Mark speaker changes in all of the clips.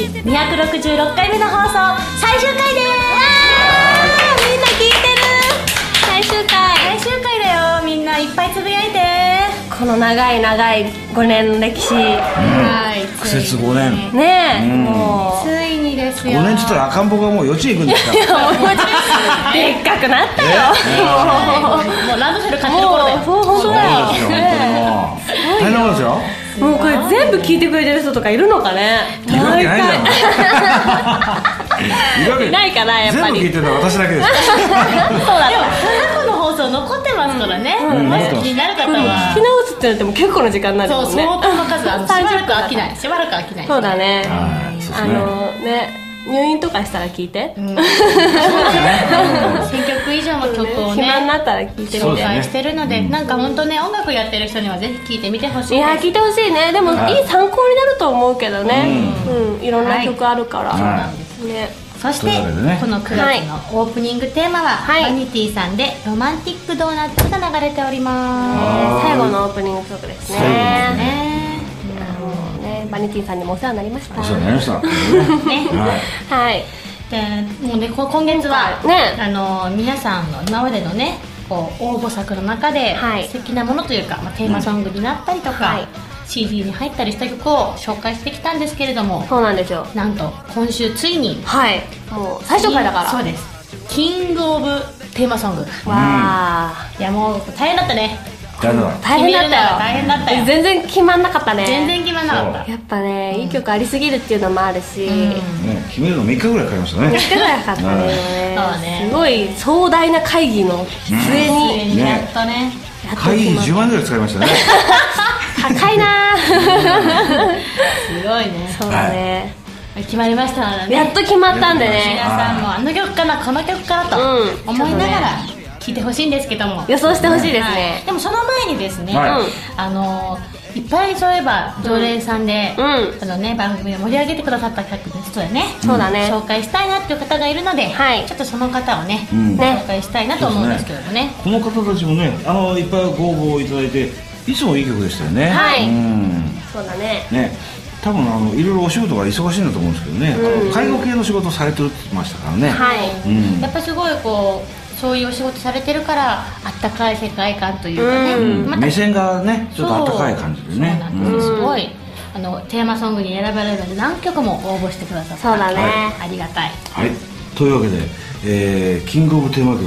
Speaker 1: 266回目の放送最終回でーすみんな聞いてる
Speaker 2: 最終回
Speaker 1: 最終回だよみんないっぱいつぶやいて
Speaker 2: この長い長い5年の歴史
Speaker 3: はい苦節5年
Speaker 2: ねえ
Speaker 3: うん
Speaker 2: もう
Speaker 1: ついにですよ
Speaker 3: 5年っつったら赤ん坊がもう幼稚園行くんですから
Speaker 2: でっかくなったよ
Speaker 1: もうランドセル買ってる頃だよ
Speaker 2: もうそう本当だよ
Speaker 3: そうですよ
Speaker 2: ね
Speaker 3: 本当にもう大変なことですよ
Speaker 2: えもうこれ全部聞いてくれてる人とかいるのかね
Speaker 3: いるわけないだろいるわ け
Speaker 2: ないかなやっぱり
Speaker 3: 全部聞いてるのは私だけですよ
Speaker 2: そうだ
Speaker 1: でも過去の放送残ってますからね、
Speaker 3: ん
Speaker 1: もし気になる方
Speaker 2: 聞
Speaker 1: は、
Speaker 2: き直すってなっても結構な時間になる
Speaker 1: そう
Speaker 2: もんね
Speaker 1: 相当の数あのしばらく飽きないしばらく飽きない
Speaker 2: そうだね
Speaker 3: はいそうです
Speaker 2: あ
Speaker 3: ね
Speaker 2: のね入院とかしたら聞いて
Speaker 1: 選曲以上の曲をね
Speaker 2: 暇になったら聞いて
Speaker 3: そう
Speaker 2: み
Speaker 3: で
Speaker 2: て
Speaker 3: すね
Speaker 1: 紹介してるので、なんか本当ね音楽やってる人にはぜひ聴いてみてほしい
Speaker 2: いや
Speaker 1: です
Speaker 2: 聞いてほしいねでも
Speaker 3: はい
Speaker 2: いい参考になると思うけどねうんいろんな
Speaker 1: はい
Speaker 2: 曲あるから
Speaker 3: はい
Speaker 2: ね
Speaker 1: そして
Speaker 3: というわけでね
Speaker 1: この9月のオープニングテーマは、
Speaker 2: はい
Speaker 1: バニティさんで「ロマンティックドーナツ」が流れておりま
Speaker 3: はい
Speaker 2: 最後のオープニング曲です
Speaker 1: す
Speaker 2: ね
Speaker 1: ね
Speaker 2: もうねバニティさんにもお世話になりました
Speaker 3: お世話になりましたはい
Speaker 2: はい
Speaker 1: でもうねこ今月は、
Speaker 2: ね
Speaker 1: あの皆さんの今までのねこう応募作の中で、
Speaker 2: はい
Speaker 1: 素敵なものというか、まあ、テーマソングになったりとか、
Speaker 2: はい
Speaker 1: CD に入ったりした曲を紹介してきたんですけれども
Speaker 2: そうなんですよ
Speaker 1: なんと今週ついに
Speaker 2: はいもう最初からだから
Speaker 1: そうですキングオブテーマソング
Speaker 2: わあ
Speaker 1: いやもう大変だったね
Speaker 3: 大丈夫だ
Speaker 2: 大変だったよ
Speaker 1: 決めるのが大変だったよ
Speaker 2: 全然決まんなかったね
Speaker 1: 全然決まんなかった
Speaker 2: やっぱねいい曲ありすぎるっていうのもあるし
Speaker 3: ね決めるの3日ぐらいかかりましたね
Speaker 2: やってなかったね
Speaker 1: うんそうね
Speaker 2: すごい壮大な会議の末
Speaker 1: つ
Speaker 2: に
Speaker 1: いにやっとね
Speaker 2: やっと
Speaker 3: 会議
Speaker 2: 決ま
Speaker 3: 費
Speaker 2: っ
Speaker 3: 10万ぐらい使いましたね
Speaker 2: 高いな
Speaker 1: すごいね
Speaker 2: そうだね
Speaker 1: 決まりましたからね
Speaker 2: やっと決まったんで
Speaker 1: 皆
Speaker 2: ね
Speaker 1: さんもあの曲かなこの曲かな
Speaker 2: うん
Speaker 1: と思いながら聴いてほしいんですけども
Speaker 2: 予想してほしいです
Speaker 1: はい
Speaker 2: ね
Speaker 1: でもその前にですね
Speaker 3: はい
Speaker 1: あのいっぱいそういえば常連さんで
Speaker 2: うん
Speaker 1: あのね番組を盛り上げてくださった客の人でね
Speaker 2: そうだね
Speaker 1: 紹介したいなっていう方がいるので
Speaker 2: はい
Speaker 1: ちょっとその方をね
Speaker 3: うん
Speaker 2: ね
Speaker 1: 紹介したいなと思うんですけどもね
Speaker 3: この方たちもねあのいっぱいご応募いただいていつもいい曲でしたよね
Speaker 2: はい
Speaker 3: うん
Speaker 2: そうだね
Speaker 3: ね多分あのいろいろお仕事が忙しいんだと思うんですけどね、介護系の仕事をされてるって言ってましたからね、
Speaker 2: はい
Speaker 3: うん
Speaker 1: やっぱすごいこうそういうお仕事されてるからあったかい世界観というかね、
Speaker 2: うん
Speaker 3: うん目線がねちょっと温かい感じでね
Speaker 1: そうなんです、
Speaker 2: うん
Speaker 1: すごいあのテーマソングに選ばれるので何曲も応募してくださった
Speaker 2: そうだね
Speaker 1: はいありがたい
Speaker 3: はいというわけで、えーキングオブテーマ曲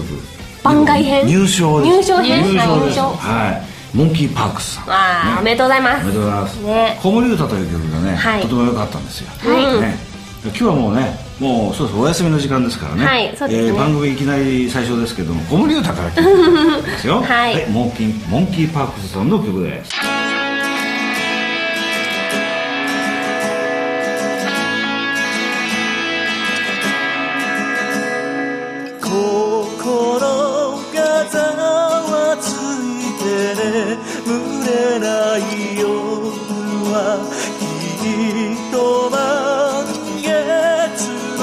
Speaker 2: 番外編
Speaker 3: 入賞です
Speaker 2: 入賞編
Speaker 3: 入賞です
Speaker 2: 入賞
Speaker 3: はいモンキーパークスさん
Speaker 2: あーおめでとうございま
Speaker 3: おめ
Speaker 2: す
Speaker 3: でとうございます
Speaker 2: ね
Speaker 3: 「子守歌」という曲がね、
Speaker 2: はい
Speaker 3: とても良かったんですよ、
Speaker 2: はい
Speaker 3: ね、今日はもうねもうそうですお休みの時間ですからね,、
Speaker 2: はいそうですね
Speaker 3: えー番組いきなり最初ですけども子守歌から聴いていただきます よ
Speaker 2: はい
Speaker 3: モンキーモンキーパークスさんの曲です
Speaker 4: 心がざわついて眠れない夜はきっと満月の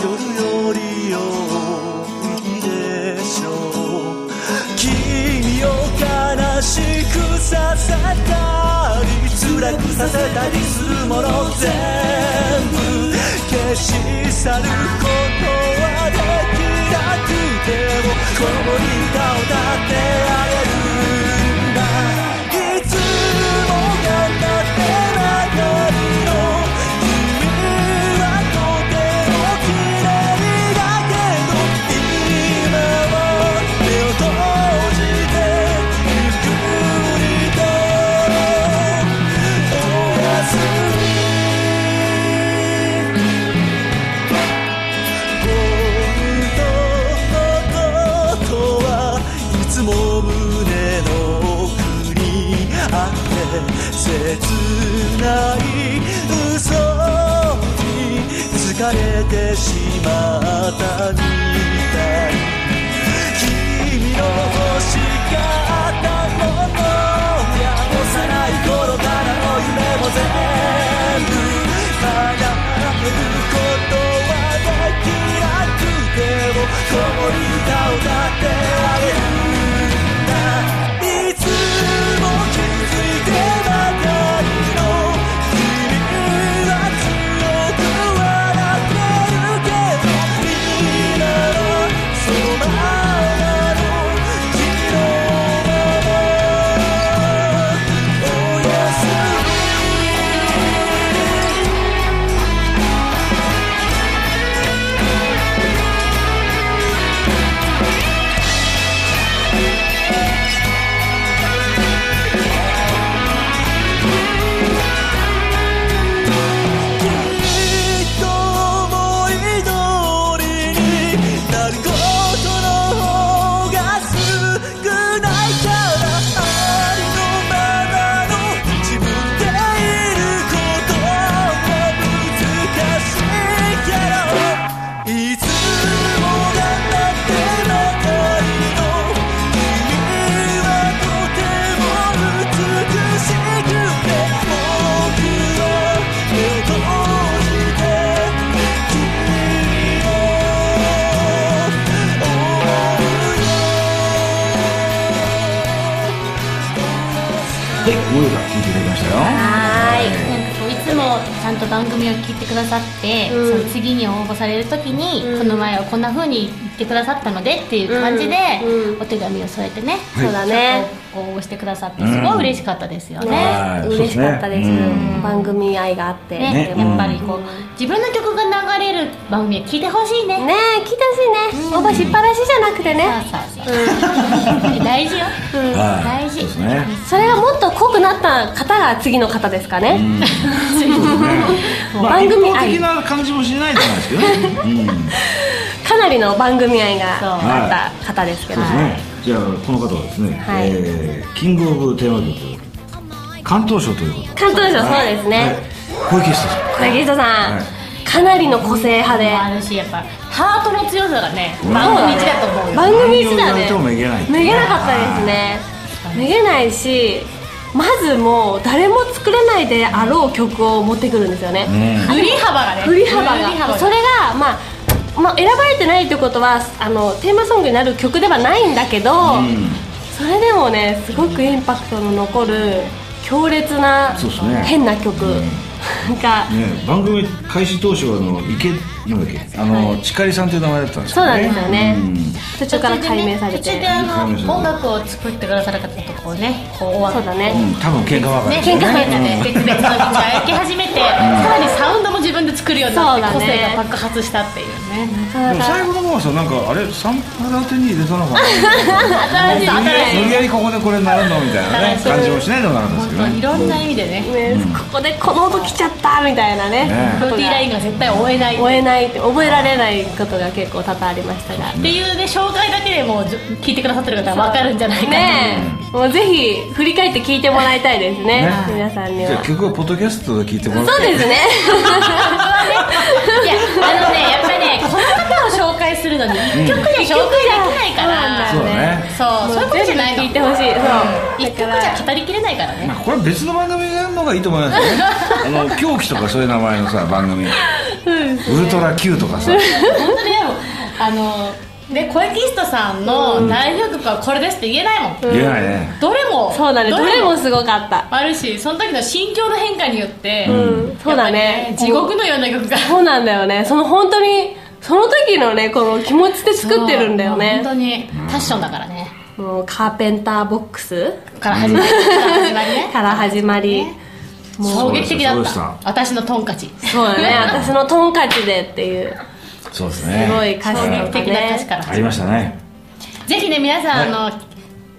Speaker 4: 夜より多いでしょう君を悲しくさせたり辛くさせたりするもの全部消し去ることはできなくてもこの森歌を歌ってあげるんだいつも頑張って流れの君はとても綺麗だけど今は目を閉じてゆっくりとおやすみ本当のことはいつも胸の奥にあって切ない嘘に疲れてしまったみたい君の欲しかったものや幼なじみの頃からの夢も全部叶えることはできなくても子守歌を歌ってあげるんだいつも気づいてばかりの君は強く
Speaker 3: ごい歌聴いていただきましたよ
Speaker 2: は
Speaker 1: なんかこういつもちゃんと番組を聞いてくださって、
Speaker 2: うん
Speaker 1: その次に応募される時に、この前はこんな風に言ってくださったのでっていう感じで、
Speaker 2: うんうん
Speaker 1: お手紙を添えてね、
Speaker 2: いそうだね
Speaker 1: 応募してくださってすごい嬉しかったですよね。
Speaker 3: はい
Speaker 2: 嬉しかったです
Speaker 3: そうですね
Speaker 2: 番組愛があって
Speaker 1: ね
Speaker 3: ね
Speaker 1: やっぱりこう、自分の曲が流れる番組を聞いてほしいね。
Speaker 2: ねえ来てほしいね応募しっぱなしじゃなくてね
Speaker 1: そうそうそう 大事よ。
Speaker 3: はい
Speaker 1: 大事
Speaker 3: そうです ね
Speaker 2: それがもっと濃くなった方が次の方ですかね
Speaker 3: まあ
Speaker 2: 番
Speaker 3: 一
Speaker 2: 組
Speaker 3: 方
Speaker 2: 愛
Speaker 3: 的な感じもしないじゃないですけどねうん
Speaker 2: かなりの番組愛が
Speaker 1: そう
Speaker 2: あった方ですけど
Speaker 3: そうですねじゃあこの方はですね、
Speaker 2: はい
Speaker 3: えーキングオブテーマ曲「関東賞」ということで
Speaker 2: 関東省そうです
Speaker 3: はい
Speaker 2: ね
Speaker 3: 小池さん
Speaker 2: 小池人さ
Speaker 3: はい
Speaker 2: んかなりの個性派で
Speaker 1: あるしやっぱハートの強さがね
Speaker 3: うん
Speaker 1: 番組一だと思うよ
Speaker 2: 番組一だ
Speaker 3: 何を言われ
Speaker 2: ね
Speaker 3: てもめげない
Speaker 2: めげなかったですねめげないしまずもう誰も作れないであろう曲を持ってくるんですよね、
Speaker 3: ね
Speaker 1: 振り幅がね
Speaker 2: 振り幅がそ
Speaker 1: それ
Speaker 2: れが、まあ、まあ選ばれてないってことはあのテーマソングになる曲ではないんだけど、
Speaker 3: ん
Speaker 2: それでもねすごくインパクトの残る強烈な、
Speaker 3: そうっすね
Speaker 2: 変な曲、なんか、
Speaker 3: ね番組開始当初はあの池なんだっけあの、ちかりさんという名前だったんですけ
Speaker 2: そう
Speaker 3: ど
Speaker 2: なん
Speaker 3: ね
Speaker 2: ですよね、
Speaker 3: うん
Speaker 2: 途中から解明され
Speaker 1: 途中
Speaker 2: て、
Speaker 1: であ
Speaker 3: 解明されて
Speaker 1: の音楽を作ってくださる方とこうねこう終わ
Speaker 2: そうだね、
Speaker 3: うん、多分喧嘩ばかり
Speaker 1: ね、
Speaker 3: ですよ
Speaker 1: 喧嘩
Speaker 3: ね
Speaker 1: で別々の道歩き始めて、さらにサウンドも自分で作るようになって、
Speaker 2: そう
Speaker 1: 個
Speaker 2: だ
Speaker 1: 性
Speaker 2: ね
Speaker 1: が爆発したっていうね
Speaker 2: なか
Speaker 3: で
Speaker 2: な
Speaker 3: も
Speaker 2: か
Speaker 3: 最後の方はさなんかあれサンプラー手に入れたのかな
Speaker 1: 新しい
Speaker 3: 無理
Speaker 1: 新し
Speaker 3: やりここでこれになるのみたいなね
Speaker 1: 新
Speaker 3: 感じ
Speaker 1: しい
Speaker 3: もしないのもなるんですけど
Speaker 1: いい
Speaker 3: ね
Speaker 1: ろんな意味で
Speaker 2: ね、
Speaker 1: ね
Speaker 2: ここでこの音来ちゃったみたいなね
Speaker 3: ね
Speaker 1: プロティーラインが絶対追えないっ
Speaker 2: 追えないって覚えられないことが結構多々ありましたが
Speaker 1: ていうね紹介だけでもうじょ聞いてくださってる方は分かるんじゃないかな
Speaker 2: ねえもうぜひ振り返って聞いてもらいたいですね
Speaker 3: ね
Speaker 2: 皆さんに
Speaker 3: じゃ
Speaker 2: は
Speaker 3: あ曲はポッドキャストで聞いてもらって
Speaker 2: そうですね
Speaker 1: いやあのねやっぱりねこの方を紹介するのに一曲で紹介できないから、
Speaker 3: そうだね
Speaker 1: そうそういうことじゃないの
Speaker 2: 聞いてほしいそう
Speaker 1: 一曲じゃ語りきれないからね
Speaker 3: まあ、これは別の番組がやるのがいいと思いま すよねあの狂気とかそういう名前のさ番組、ウルトラ Q とかさ
Speaker 1: 本当にでもあのねコエキストさんの代表曲はこれですって言えないもん、
Speaker 3: 言えないね
Speaker 1: どれも
Speaker 2: そうだねどれもすごかった
Speaker 1: あるしその時の心境の変化によって、
Speaker 2: うんそうだね
Speaker 1: やっぱり地獄のような曲が
Speaker 2: そうなんだよねその本当にその時のねこの気持ちで作ってるんだよ
Speaker 1: そう
Speaker 2: ね
Speaker 1: 本当にパッションだからね
Speaker 2: もうカーペンターボックス
Speaker 1: から始まりから始まりね
Speaker 2: から始まり
Speaker 1: もう衝撃的だ
Speaker 3: そう
Speaker 1: っ
Speaker 3: で
Speaker 1: た
Speaker 3: した
Speaker 1: 私のトンカチ
Speaker 2: そうだね私のトンカチでっていう
Speaker 3: そうです
Speaker 2: す
Speaker 3: ね
Speaker 2: ごい歌詞
Speaker 1: 衝
Speaker 2: だ
Speaker 1: 撃
Speaker 2: った
Speaker 1: 的な歌詞
Speaker 2: ね
Speaker 1: から
Speaker 3: ありましたね
Speaker 1: ぜひね皆さん、あの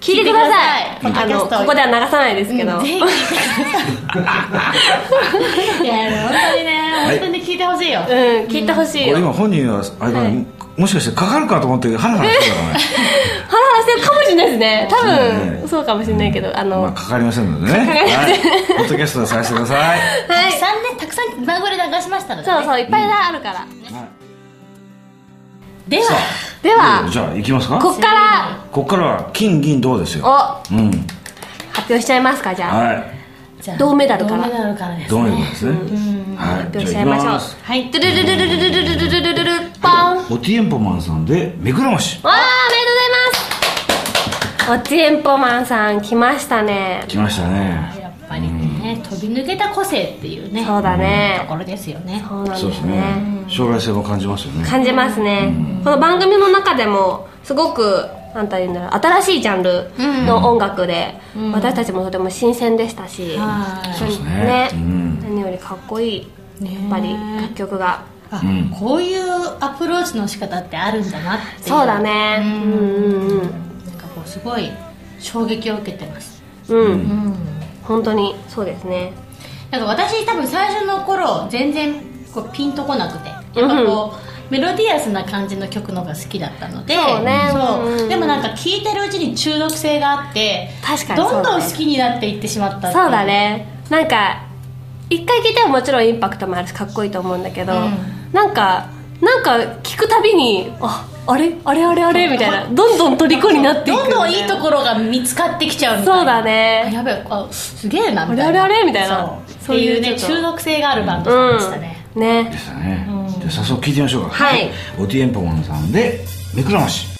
Speaker 2: 聞いてください
Speaker 1: 聞いてください
Speaker 2: あの
Speaker 1: ポッドキャスト
Speaker 2: ここでは流さないですけど
Speaker 1: う んぜひ聞いてくださいいや本当にね本当に聞いてほしいよ、
Speaker 2: うん、聞いてほしい
Speaker 3: こ
Speaker 2: よ。ハ
Speaker 3: れ
Speaker 2: ラ
Speaker 3: 今本人はあれだね、
Speaker 2: はい
Speaker 3: もしかしてかかるかと思ってハラハラしてたからね
Speaker 2: ハラしてるかもしれないですね。多
Speaker 3: そうね
Speaker 2: 分、そうかもしれないけど、あの、
Speaker 3: まあ
Speaker 2: は
Speaker 3: かかりませんのでね
Speaker 2: かかりません
Speaker 3: はい、ポッドキャストでさせてください、
Speaker 1: たく
Speaker 2: い。
Speaker 1: さんねたくさん番組で流しましたので、ね、
Speaker 2: そうそう、いっぱいあるから。
Speaker 3: はい
Speaker 1: では
Speaker 2: では、
Speaker 3: じゃあ行きますか
Speaker 2: こ
Speaker 3: こ
Speaker 2: っから、
Speaker 3: こっからは金銀銅ですよ
Speaker 2: お、
Speaker 3: うん
Speaker 2: 発表しちゃいますか、じゃあ。
Speaker 3: はい
Speaker 1: じゃあ
Speaker 2: 銅メダルから
Speaker 1: 銅メダルからです
Speaker 3: 銅メダルですね、はい
Speaker 2: 発表しちゃいましょう。
Speaker 1: はい
Speaker 2: ドゥルルルルルルルルルルルルポン。わあ、おめでとう
Speaker 3: おティエンポマンさんで目くらまし
Speaker 2: ございます。おちえんぽまんさん、来ましたね。
Speaker 3: 来ましたね
Speaker 1: やっぱりね飛び抜けた個性っていうね
Speaker 2: そうだ
Speaker 1: と
Speaker 2: ね。
Speaker 1: ころですよね
Speaker 2: そうなん
Speaker 3: そ
Speaker 2: で
Speaker 3: うです
Speaker 2: す
Speaker 3: ね
Speaker 2: ね。
Speaker 3: 将来性も感じますよね
Speaker 2: 感じますね。この番組の中でも、すごく、なんて言うんだろう、新しいジャンルの音楽で、私たちもとても新鮮でしたし。
Speaker 1: は
Speaker 3: そうですね
Speaker 2: ね、
Speaker 3: うん
Speaker 2: 何よりかっこいい
Speaker 1: ね
Speaker 2: やっぱり楽曲が
Speaker 1: あこういうアプローチの仕方ってあるんだなってい
Speaker 2: そうだねうんうんうん
Speaker 1: なんかこうすごい衝撃を受けてます
Speaker 2: うん、
Speaker 1: うん
Speaker 2: 本当にそうですね
Speaker 1: なんか私多分最初の頃全然こうピンとこなくてやっぱこう、メロディアスな感じの曲の方が好きだったので
Speaker 2: そうね
Speaker 1: そう
Speaker 2: うん
Speaker 1: でもなんか聴いてるうちに中毒性があって
Speaker 2: 確かにそうだ
Speaker 1: ど
Speaker 2: ね
Speaker 1: んどん好きになっていってしまったってい
Speaker 2: そうだねなんか一回聴いてももちろんインパクトもあるしかっこいいと思うんだけど、
Speaker 1: うん
Speaker 2: なんかなんか聞くたびにああれあれあれあれみたいなどんどん虜になっていく
Speaker 1: どんどんいいところが見つかってきちゃうみたいな
Speaker 2: そうだね
Speaker 1: あやべえあすげえなみたいな
Speaker 2: あれあれあれみたいな
Speaker 1: そ
Speaker 2: そうう
Speaker 1: って
Speaker 2: い
Speaker 1: いううね
Speaker 2: ちょっと
Speaker 1: 中毒性があるバンドさんでしたね、
Speaker 2: うんね
Speaker 3: でしたね、じゃあ早速聞いてみましょうか
Speaker 2: はい
Speaker 3: おティエンポマンさんで目くらまし
Speaker 5: 「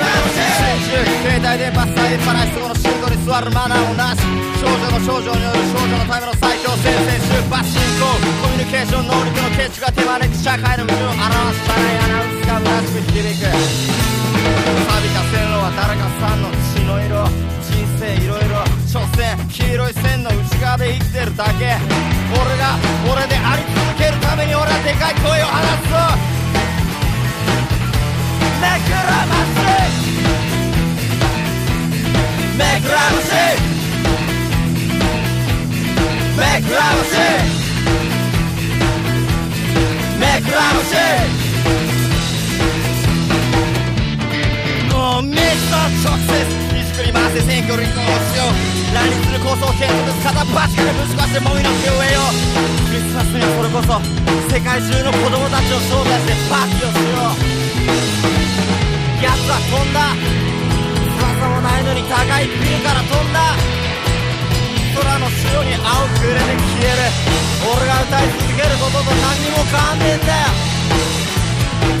Speaker 5: 携帯電波伝えっぱなしそこのシートに座るマナーもなし少女の少女による少女のための最強戦線出発進行コミュニケーション能力の結晶が手招き社会の矛盾を表す社内アナウンスが虚しく響く錆びた線路は誰かさんの血の色人生いろいろ所詮黄色い線の内側で生きてるだけ俺が俺であり続けるために俺はでかい声を放つぞ目くらまし目くらまし目くらまし目くらましもうメイクと直接いじくり回せ選挙立候補しよう乱立する構想継続し方バチからぶち壊してもみの手を植えようクリスマスにそれこそ世界中の子供たちを招待してパーティーをしよう奴は飛んだ翼もないのに高いビルから飛んだ空の潮に青く揺れて消える俺が歌い続けることと何にも変わんねえん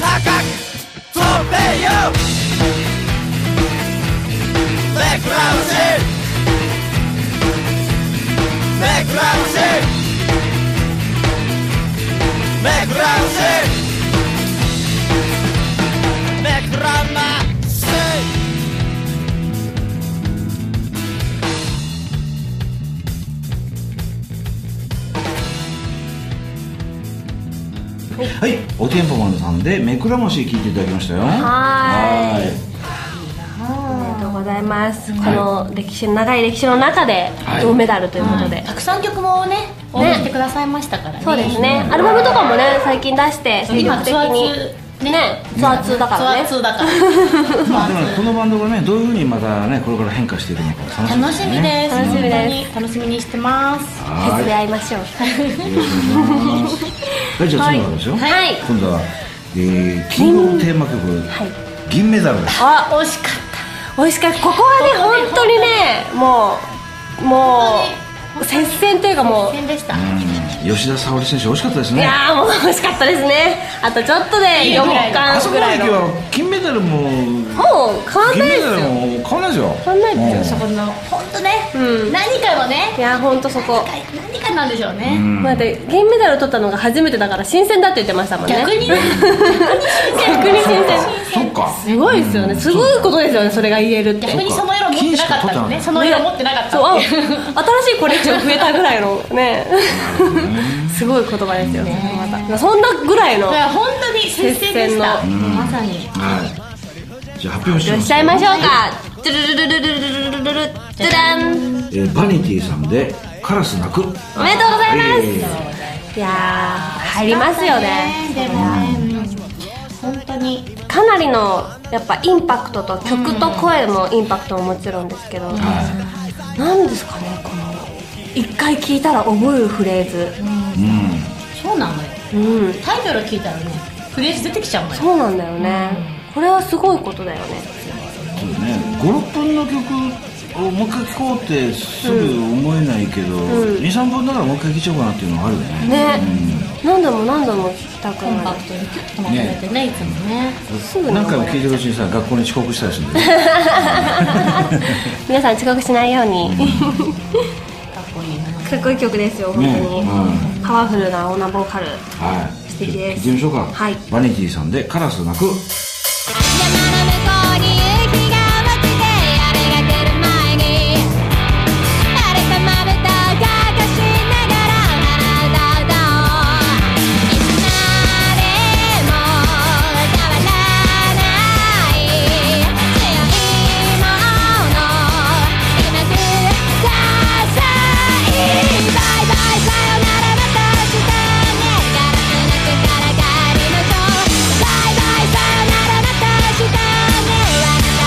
Speaker 5: だよ高く飛べよ Black Rousey! Black Rousey! Black Rousey! Black Rousey!
Speaker 3: はい、おてんぽまんさんで、目くらまし聞いていただきましたよ。
Speaker 2: はーい
Speaker 3: は
Speaker 2: ありがとうございます、この歴史長い歴史の中で
Speaker 3: はい
Speaker 2: 銅メダルということで、
Speaker 1: たくさん曲もね応援してくださいましたからね
Speaker 2: そうですねアルバムとかもね最近出して積
Speaker 1: 今
Speaker 2: 極的
Speaker 1: ツアー
Speaker 2: に
Speaker 1: 中
Speaker 2: ねツアー通だ
Speaker 1: ツ
Speaker 2: から
Speaker 1: アー
Speaker 2: ね
Speaker 1: 2だか
Speaker 3: い。まあ、でもね、このバンドがね、どういうふうにまたね、これから変化していくのか楽し
Speaker 1: ら
Speaker 3: みで
Speaker 1: 楽
Speaker 3: す
Speaker 1: しみ
Speaker 3: ね。
Speaker 1: です
Speaker 2: 楽しみです
Speaker 1: 本当に楽しみにしてます
Speaker 2: フェ
Speaker 3: は
Speaker 2: ス
Speaker 3: い
Speaker 2: で会いましょう
Speaker 3: よろしくお願いします。はい、じゃあ次の方ですよ。
Speaker 2: はい
Speaker 3: 今度は、えー、キングオブテーマ曲、銀メダルです。
Speaker 2: あ
Speaker 1: 惜しかっ
Speaker 2: 美味しかったここはね本当にねもうもう接戦というかも
Speaker 1: た
Speaker 2: う
Speaker 1: 変でした
Speaker 3: うん、吉田沙保里選手、惜しかったです
Speaker 2: い
Speaker 3: ね。
Speaker 2: やーもう美味しかったですねあとちょっとで4
Speaker 3: あ
Speaker 2: 巻
Speaker 3: そこ
Speaker 2: ぐ
Speaker 3: ま
Speaker 2: らいの
Speaker 3: で今日
Speaker 2: も
Speaker 3: は金メダルも、
Speaker 2: う変わん
Speaker 3: 銀
Speaker 2: ないで
Speaker 3: メ
Speaker 2: す
Speaker 3: ダル
Speaker 2: よ
Speaker 3: も変わらないですよ。
Speaker 2: 変わらない
Speaker 1: そ
Speaker 3: よ。
Speaker 1: この本当ね
Speaker 2: うん
Speaker 1: 何回もね
Speaker 2: いやー本当そこ
Speaker 1: 何回なんでしょう
Speaker 3: う
Speaker 1: ね
Speaker 3: ん
Speaker 2: まあで銀メダル取ったのが初めてだから新鮮だって言ってましたもんね
Speaker 1: 逆 にね
Speaker 2: 逆に新鮮
Speaker 3: そっか。
Speaker 2: すごいですよねすごいことですよねそれが言えるって
Speaker 1: 逆にその色持ってなかったの
Speaker 3: 金しか取ってなかっ
Speaker 1: ね
Speaker 3: た
Speaker 1: その色持ってなかった
Speaker 2: そう
Speaker 1: の
Speaker 2: あ
Speaker 1: ね
Speaker 2: 新しいコレクション増えたぐらいのね すごい言葉ですよねまたそんなぐらいの
Speaker 1: だから本当に接戦でした
Speaker 2: 接戦
Speaker 1: まさに
Speaker 3: はい。じゃあ発表しま
Speaker 2: し
Speaker 3: す
Speaker 2: ちゃいましょうか。ルルルルルルルルルルルじゃらん。おめで
Speaker 3: えーバニティさんでカラス鳴く。
Speaker 2: とうございます。
Speaker 3: え
Speaker 2: いやー入りますよね。
Speaker 1: でもねうん本当に
Speaker 2: かなりのやっぱインパクトと曲と声のインパクトももちろんですけど、
Speaker 3: ーはい。
Speaker 2: なんですかねこの一回聞いたら覚えるフレーズ。
Speaker 3: う
Speaker 1: そうなのよ
Speaker 2: うん、
Speaker 1: タイトル聞いたらねフレーズ出てきちゃうのよ
Speaker 2: そうなんだよね。これはすごいことだよね。
Speaker 3: ん、そうね56分の曲をもう一回聴こうってすぐ思えないけど、23分だからもう一回聴いちゃおうかなっていうのはあるよね
Speaker 2: ね、何度も何度も聞きたく
Speaker 1: コン
Speaker 2: な
Speaker 1: パ
Speaker 2: る
Speaker 1: ク。トにキュッとまとめてねいつもね
Speaker 2: すぐ
Speaker 3: 何回も
Speaker 2: 覚
Speaker 3: 聴い
Speaker 2: え
Speaker 3: て
Speaker 2: る
Speaker 3: るうちにさ学校に遅刻したりする んだよね
Speaker 2: 皆さん遅刻しないよう に。
Speaker 1: かっこいいな
Speaker 2: かっこいい曲ですよ本
Speaker 3: ね
Speaker 2: 当に。
Speaker 3: うん
Speaker 2: パワフルな女ボーカル。
Speaker 3: はい
Speaker 2: 素敵です
Speaker 3: じゃあ聴いてみましょうか、
Speaker 2: はい
Speaker 3: バニティさんで「カラス鳴く」
Speaker 6: 山の向こうに夕日が落ちて雨が来る前に荒れたまぶたを乾かしながら花だといつまでも変わらない強いもの今すぐ支えバイバイさよならまた明日ねガラスなくから帰りましょうバイバイさよならまた明日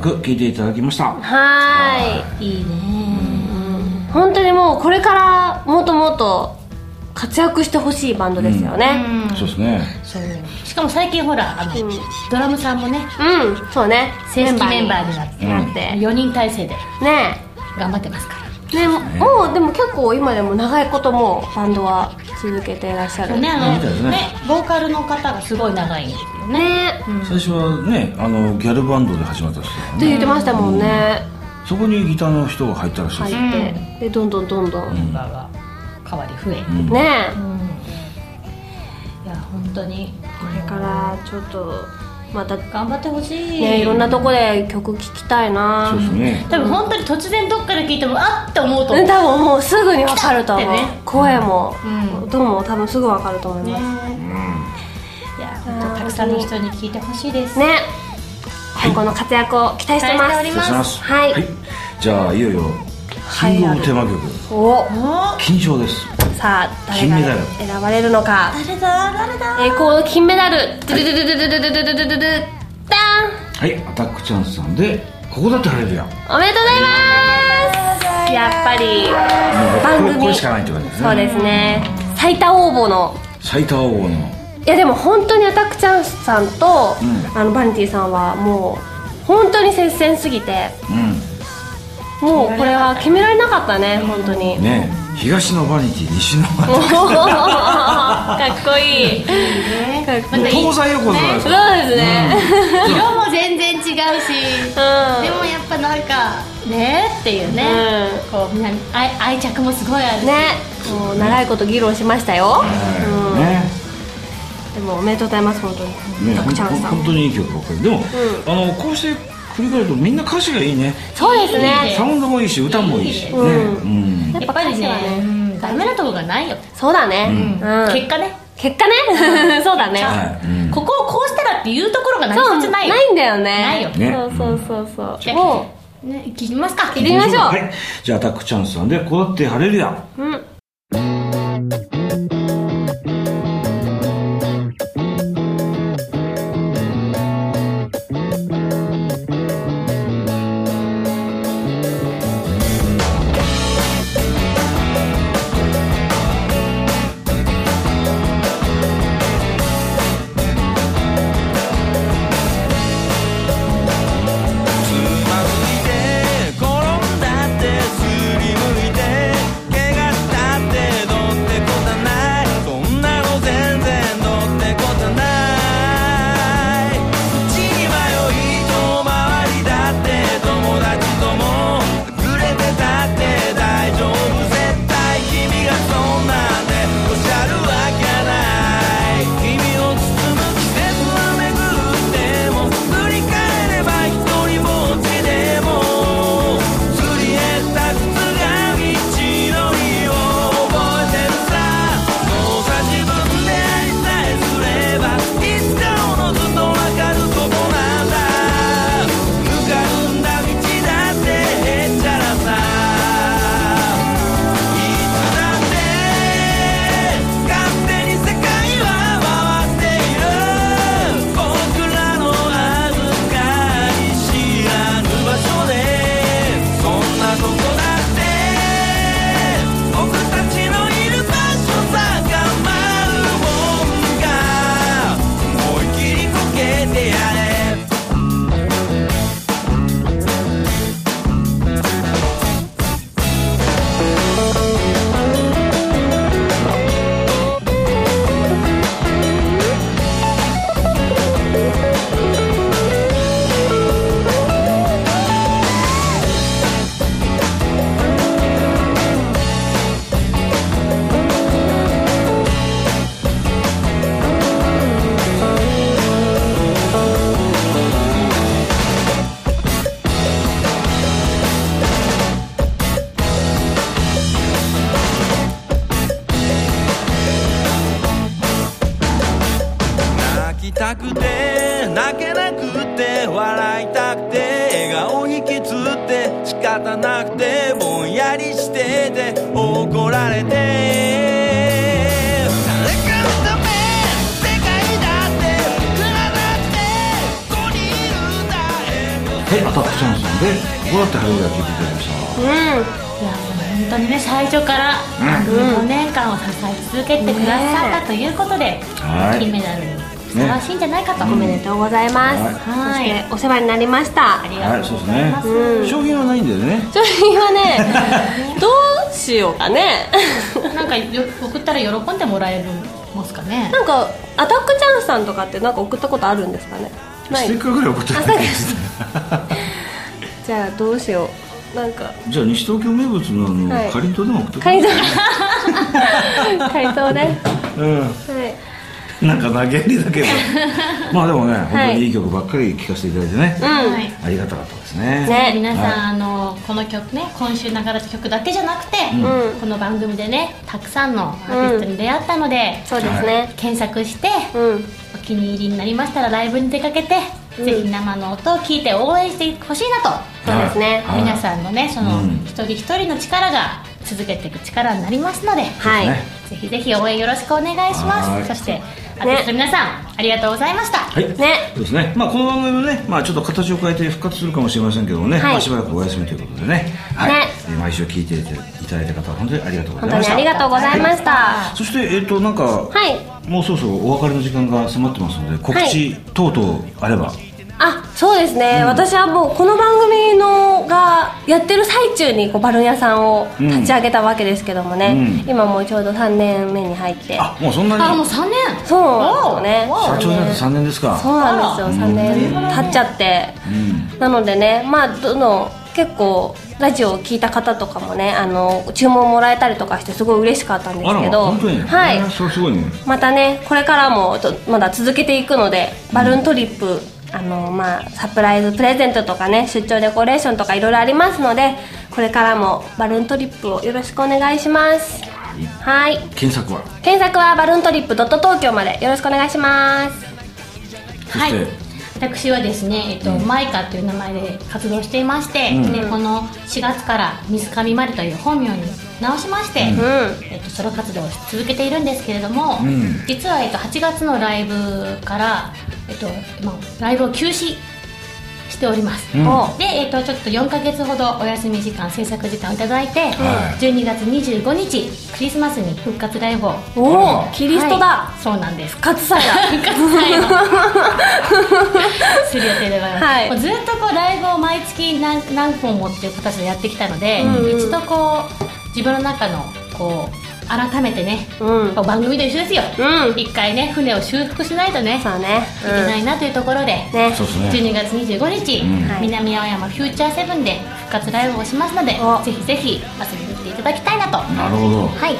Speaker 3: く聞いていただきました
Speaker 2: はい
Speaker 1: いいね
Speaker 2: 本当にもうこれからもっともっと活躍してほしいバンドですよね
Speaker 3: そうですね
Speaker 1: そうしかも最近ほらあの、ドラムさんもね
Speaker 2: うん、そうね
Speaker 1: 正式メンバーに
Speaker 2: に
Speaker 1: なって
Speaker 2: なって、
Speaker 1: 4人体制で
Speaker 2: ね
Speaker 1: 頑張ってますから
Speaker 2: えねもうでも結構今でも長いこともうバンドは続けていらっしゃる
Speaker 1: ね
Speaker 2: ね
Speaker 1: あの
Speaker 3: みたいですね
Speaker 1: ねボーカルの方がすごい長いんですよね
Speaker 2: え
Speaker 3: 最初はねあのギャルバンドで始まったんですけど
Speaker 2: って言ってましたもんね
Speaker 3: そこにギターの人が入ったらしいで
Speaker 2: 入
Speaker 3: す、
Speaker 2: ってでどんどんどんどん
Speaker 1: メンバーが変わり増え、い
Speaker 2: ねえ
Speaker 1: や本当に
Speaker 2: これからちょっとまた
Speaker 1: 頑張ってほしい、
Speaker 2: ねいろんなとこで曲聴きたいな
Speaker 3: そうですね
Speaker 1: 多分本当に突然どっから聞いてもあっって思うと
Speaker 2: う
Speaker 1: 思
Speaker 2: ん
Speaker 1: う、
Speaker 2: 多分もうすぐに分かると思う、
Speaker 1: 来たってね
Speaker 2: 声も、
Speaker 1: う
Speaker 2: どうも多分すぐ分かると思います
Speaker 1: いや本当たくさんの人に聞いてほしいです、
Speaker 2: ね今後の活躍を期待してます
Speaker 1: 期待しております
Speaker 3: します
Speaker 2: はい、
Speaker 3: じゃあいよいよキングオブテーマ曲
Speaker 2: お
Speaker 1: お
Speaker 3: 金賞です
Speaker 2: さあ誰
Speaker 3: 金メダ
Speaker 2: が
Speaker 3: ル
Speaker 2: 選ばれるのか
Speaker 1: 誰だ誰だ
Speaker 2: 栄光の金メダルドゥドゥドゥドゥドゥドゥドゥドゥドゥドゥダ
Speaker 3: はいアタックチャンスさんでここだって晴れるやんも
Speaker 2: ーンおめでとうございますやっぱり番
Speaker 3: うこれ
Speaker 2: 組
Speaker 3: これしかないって感じですね
Speaker 2: そうですね最多応募の
Speaker 3: 最多王の
Speaker 2: いやでも本当にアタックチャンスさんと、
Speaker 3: う
Speaker 2: あのバニティさんはもう本当に接戦すぎて
Speaker 3: う
Speaker 2: もうこれは決められなかったね本当 に
Speaker 3: んね東のバニティ西の バニティ
Speaker 2: かっこいい。かっこいい。
Speaker 3: 東西横綱です
Speaker 2: そう
Speaker 3: から
Speaker 2: ですね。
Speaker 1: 色も全然違うし
Speaker 2: うん。
Speaker 1: でもやっぱなんかねえっていうね、こうみんなに愛愛着もすごいあるし
Speaker 2: ね、もう長いこと議論しましたよ。
Speaker 3: ね
Speaker 2: うん。でもおめでとうございます本当
Speaker 3: ね
Speaker 2: に。たくちゃんさ
Speaker 3: 本
Speaker 2: ん。
Speaker 3: 当にいい曲ばっかりでもあのこうして繰り返るとみんな歌詞がいいね
Speaker 2: そうですね。
Speaker 3: サウンドもいいし歌もいいしね
Speaker 2: うん
Speaker 3: うん
Speaker 1: やっぱりね
Speaker 2: やっぱりね
Speaker 1: うんダメなとこがないよ、
Speaker 2: そうだね。うん。
Speaker 1: 結果ね
Speaker 2: 結果 ね。そうだね。
Speaker 3: はいうん
Speaker 1: ここをこうしたらっていうところが
Speaker 2: そう
Speaker 1: 何一つないよ
Speaker 2: ないんだよね。
Speaker 1: ないよ
Speaker 3: ね
Speaker 2: そうそうそうそう。
Speaker 1: ん
Speaker 2: も
Speaker 1: ね聞きますか
Speaker 2: う行ってみましょ
Speaker 3: は
Speaker 2: う。
Speaker 3: いじゃあアタックチャンスさんでここだって晴れるやん
Speaker 2: うん。
Speaker 4: つまずいて転んだってすりむいて怪我したってどうってことないそんなの全然どうってことない血に迷い遠回りだって友達ともぐれてたって大丈夫絶対君がそんなんでおっしゃるわけない君を包む季節は巡っても振り返れば一人ぼっちでもすり減った靴が道のりを覚えてるさそうさ自分で愛さえすればいつかおのずとわかることなんだぬかるんだ道だってへっちゃらさいつだって勝手に世界は回っている僕らのあずかに知らぬ場所でそんなとこだって僕たちのいる場所さがまるもんが思い切りこけてやれ泣きたくて泣けなくて笑いたくて笑顔引きつって仕方なくてぼんやりしてて怒られて誰かのため世界だって僕らだってここにいるんだ
Speaker 3: はい、アアタックチャンスなんでどうやって入るか聞いてくれました
Speaker 1: いやもう本当にね最初から5年間を支え続けてくださったということで、
Speaker 3: はい
Speaker 1: 金メダルにふさわしいんじゃないかと、
Speaker 2: おめでとうございます、
Speaker 1: はい
Speaker 2: そしてお世話になりました
Speaker 1: あり
Speaker 3: は
Speaker 1: が
Speaker 3: い
Speaker 1: と
Speaker 3: そうう
Speaker 1: ご
Speaker 3: です
Speaker 1: ざいます、
Speaker 3: ね賞金はないんだよね
Speaker 2: それは ねどうしようかね
Speaker 1: なんかよ送ったら喜んでもらえますかね
Speaker 2: なんかアタックチャンスさんとかってなんか送ったことあるんですかねな
Speaker 3: ス
Speaker 2: い
Speaker 3: テッカーぐらい送ってくれ
Speaker 2: あそうですじゃあどうしようなんか
Speaker 3: じゃあ西東京名物のあの、
Speaker 2: はい
Speaker 3: かりんとうでも送ってく
Speaker 2: 回
Speaker 3: れ
Speaker 2: 答回答で、
Speaker 3: う
Speaker 2: はい、
Speaker 3: んなんか投げやりだけど まあでもね本当
Speaker 2: はい
Speaker 3: にいい曲ばっかり聴かせていただいてね、
Speaker 1: はい
Speaker 3: ありがたかったですね
Speaker 2: ね
Speaker 1: 皆さん、
Speaker 3: はい
Speaker 1: あのこの曲ね今週流れた曲だけじゃなくて、
Speaker 2: うん
Speaker 1: この番組でねたくさんのアーティストに出会ったので、
Speaker 2: そうですね、
Speaker 1: 検索して、
Speaker 2: うん
Speaker 1: お気に入りになりましたらライブに出かけて、ぜひ生の音を聞いて応援してほしいなと
Speaker 2: そうですね
Speaker 3: はい
Speaker 1: 皆さんのねその
Speaker 3: うん
Speaker 1: 一人一人の力が続けていく力になりますので、
Speaker 2: はい、
Speaker 3: ね
Speaker 1: ぜひぜひ応援よろしくお願いしま
Speaker 3: はい
Speaker 1: すそしてアーティストの皆さん、ありがとうございました、
Speaker 3: はい、
Speaker 2: ね
Speaker 3: そうですね、まあ、この番組もね、まあ、ちょっと形を変えて復活するかもしれませんけどもね、
Speaker 2: はい
Speaker 3: まあ、しばらくお休みということでね,、はい
Speaker 2: ね
Speaker 3: えー毎週聞いていただいた方本当にありがとうござ
Speaker 2: 本
Speaker 3: い
Speaker 2: 当
Speaker 3: ま
Speaker 2: に
Speaker 3: し
Speaker 2: あ
Speaker 3: た
Speaker 2: りがとうございました、は
Speaker 3: そしてえっ、となんか、
Speaker 2: い、
Speaker 3: もうそろそろお別れの時間が迫ってますので告知等々あれば、
Speaker 2: あそうですね、私はもうこの番組のがやってる最中にこうバルーン屋さんを
Speaker 3: うん
Speaker 2: 立ち上げたわけですけどもね、
Speaker 3: う
Speaker 2: 今もうちょうど3年目に入って
Speaker 3: あもうそんなに
Speaker 1: あもう3年
Speaker 2: そうなんですよね
Speaker 3: 社長になって3年ですか
Speaker 2: そうなんですよ3年経っちゃって、なのでねまあどの結構ラジオを聞いた方とかもねあの注文もらえたりとかしてすごい嬉しかったんで
Speaker 3: あ
Speaker 2: す
Speaker 3: ら
Speaker 2: け
Speaker 3: ま
Speaker 2: ど
Speaker 3: 本当に、
Speaker 2: はい
Speaker 3: えーそれすごいね
Speaker 2: またねこれからもとまだ続けていくのでバルーントリップ、あのまあ、サプライズプレゼントとかね出張デコレーションとかいろいろありますのでこれからもバルーントリップをよろしくお願いしますはい
Speaker 3: 検索は
Speaker 2: 検索はバルーントリップ.東京までよろしくお願いします
Speaker 3: そ
Speaker 1: は
Speaker 3: し
Speaker 1: い
Speaker 3: て、、
Speaker 1: 私はですね、えっとマイカという名前で活動していまして、でこの4月から水上まりという本名に直しまして、えっと、ソロ活動を続けているんですけれども、
Speaker 3: ん
Speaker 1: 実は、えっと、8月のライブから、えっとまあ、ライブを休止しております、
Speaker 3: うん
Speaker 2: お
Speaker 1: で、えっと、ちょっと4か月ほどお休み時間制作時間をいただいて、
Speaker 3: はい
Speaker 1: 12月25日クリスマスに復活ライブを
Speaker 2: おおキリストだ、
Speaker 1: はいそうなんです
Speaker 2: カツサイダー
Speaker 1: する予定でございます、
Speaker 2: はい
Speaker 1: もうずっとこうライブを毎月何何本もっていう形でやってきたので、一度こう自分の中のこう改めてね、
Speaker 2: うん
Speaker 1: こう番組と一緒ですよ、
Speaker 2: うん
Speaker 1: 一回ね船を修復しないとね
Speaker 2: そうね、
Speaker 1: いけないなというところで、
Speaker 2: うん、ね
Speaker 3: そうですね
Speaker 1: 12月25日、
Speaker 3: ん
Speaker 2: はい
Speaker 1: 南青山フューチャーセブンで復活ライブをしますので
Speaker 2: お
Speaker 1: ぜひぜひ遊びに来ていただきたいなとは
Speaker 3: なるほど
Speaker 1: い、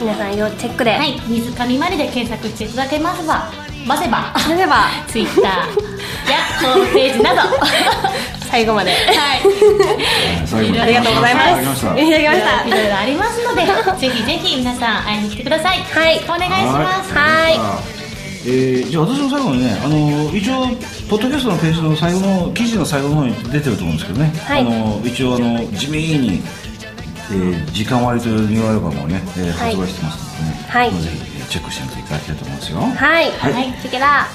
Speaker 2: 皆さん要チェックで、
Speaker 1: はい、水上まりで検索していただけますばませば
Speaker 2: それでは
Speaker 1: ツイッターやホームページなどは
Speaker 2: 最後まで
Speaker 1: い
Speaker 3: 最後まで
Speaker 2: ありがとうございます
Speaker 3: ありがとうございました
Speaker 2: いただきました
Speaker 1: いろいろありますのでぜひぜひ皆さん会いに来てください
Speaker 2: はい
Speaker 1: お願いします
Speaker 2: はい
Speaker 3: えーじゃあ私の最後にねあの一応ポッドキャストのページの最後の記事の最後の方に出てると思うんですけどね、
Speaker 2: はい
Speaker 3: あの一応あの地味に、えー時間割というニューアルバムをね、えー
Speaker 2: はい
Speaker 3: 発売してますのでね、
Speaker 2: はい
Speaker 3: ぜひえーチェックしてみていただきたいと思いますよ
Speaker 2: はい、
Speaker 3: はい
Speaker 1: はい
Speaker 2: チェケラ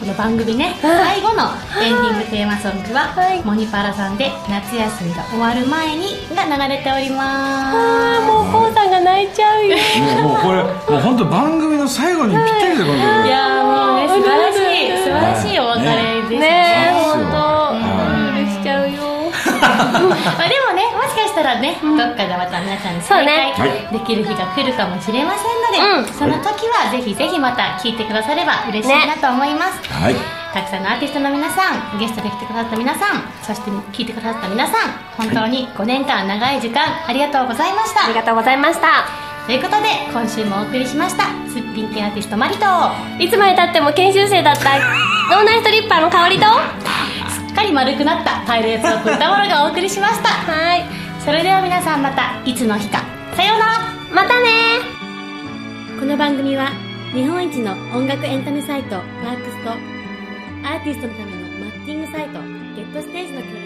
Speaker 1: この番組ね最後のエンディングテーマソングは、
Speaker 2: はい
Speaker 1: モニパラさんで「夏休みが終わる前に」が流れております
Speaker 2: あもうこうさんが泣いちゃうよ
Speaker 3: もうもうこれもう本当番組の最後にぴったりでこの曲、
Speaker 1: いやーもうね素晴らしい素晴
Speaker 3: はい
Speaker 1: らしいお別れですね
Speaker 2: ねえ
Speaker 3: そう
Speaker 2: 本
Speaker 3: です
Speaker 2: 当許し
Speaker 3: よ
Speaker 2: ちゃうよ
Speaker 1: まあでもねもしかしたらね、どっかでまた皆さんに再
Speaker 2: そ
Speaker 1: 会できる日が来るかもしれませんので、
Speaker 2: うん
Speaker 1: その時はぜひぜひまた聞いてくだされば嬉しいなと思います、
Speaker 3: はい
Speaker 1: たくさんのアーティストの皆さんゲストで来てくださった皆さんそして聞いてくださった皆さん本当に5年間長い時間ありがとうございました、
Speaker 2: ありがとうございました
Speaker 1: ということで今週もお送りしましたすっぴん系アーティストマリトす
Speaker 2: いつまでたっても研修生だった脳内ストリッパーの香りとは
Speaker 1: っかり丸くなったパイレーツオブ歌丸がお送りしました
Speaker 2: い
Speaker 1: それでは皆さんまたいつの日かさようなら
Speaker 2: またね
Speaker 7: この番組は日本一の音楽エンタメサイトワークスとアーティストのためのマッチングサイトゲットステージの協